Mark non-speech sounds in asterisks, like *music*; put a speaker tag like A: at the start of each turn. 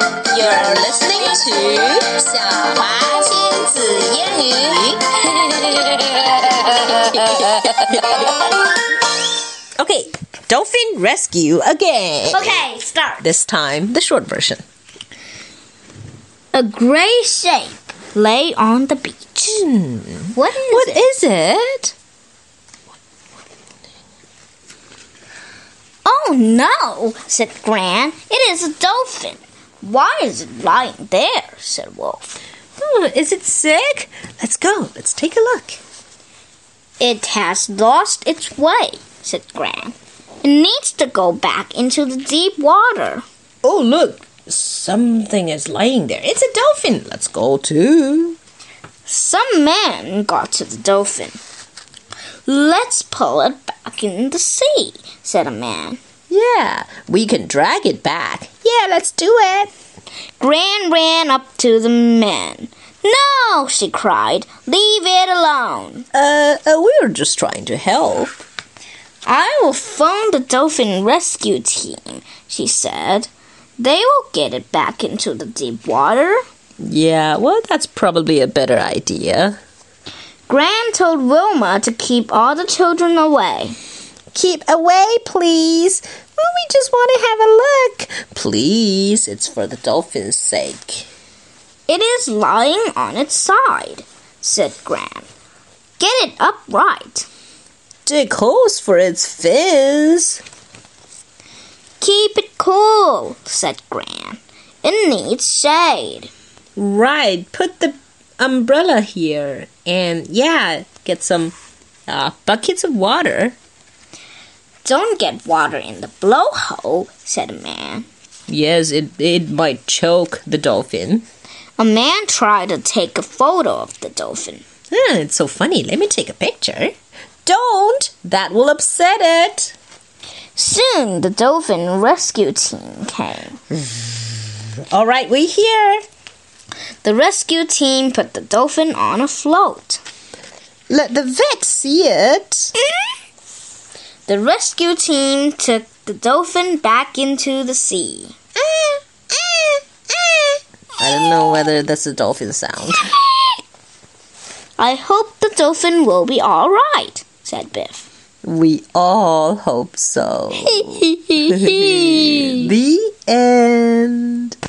A: You're listening to 小华亲子英语。
B: Okay, dolphin rescue again.
C: Okay, start.
B: This time, the short version.
C: A gray shape lay on the beach. Hmm. What is
B: What
C: it?
B: is it?
C: Oh no, said Gran. It is a dolphin. Why is it lying there? said Wolf.
B: Hmm, is it sick? Let's go. Let's take a look.
C: It has lost its way, said Gran. It needs to go back into the deep water.
B: Oh, look. Something is lying there. It's a dolphin. Let's go too.
C: Some men got to the dolphin. Let's pull it back in the sea, said a man.
B: Yeah, we can drag it back. Yeah, let's do it.
C: Gran ran up to the men. No, she cried. Leave it alone.
B: Uh, uh we were just trying to help.
C: I will phone the dolphin rescue team, she said. They will get it back into the deep water.
B: Yeah, well, that's probably a better idea.
C: Gran told Wilma to keep all the children away.
B: Keep away, please. Well, we just want to have a look. Please, it's for the dolphin's sake.
C: It is lying on its side, said Gran. Get it upright.
B: Dig holes for its fins.
C: Keep it cool, said Gran. It needs shade.
B: Right, put the umbrella here. And yeah, get some uh, buckets of water.
C: Don't get water in the blowhole, said a man.
B: Yes, it, it might choke the dolphin.
C: A man tried to take a photo of the dolphin.
B: Hmm, it's so funny. Let me take a picture. Don't! That will upset it.
C: Soon the dolphin rescue team came.
B: All right, we're here.
C: The rescue team put the dolphin on a float.
B: Let the vet see it.
C: The rescue team took the dolphin back into the sea.
B: I don't know whether that's a dolphin sound.
C: I hope the dolphin will be all right, said Biff. *laughs*
B: We *laughs* all hope so. the end.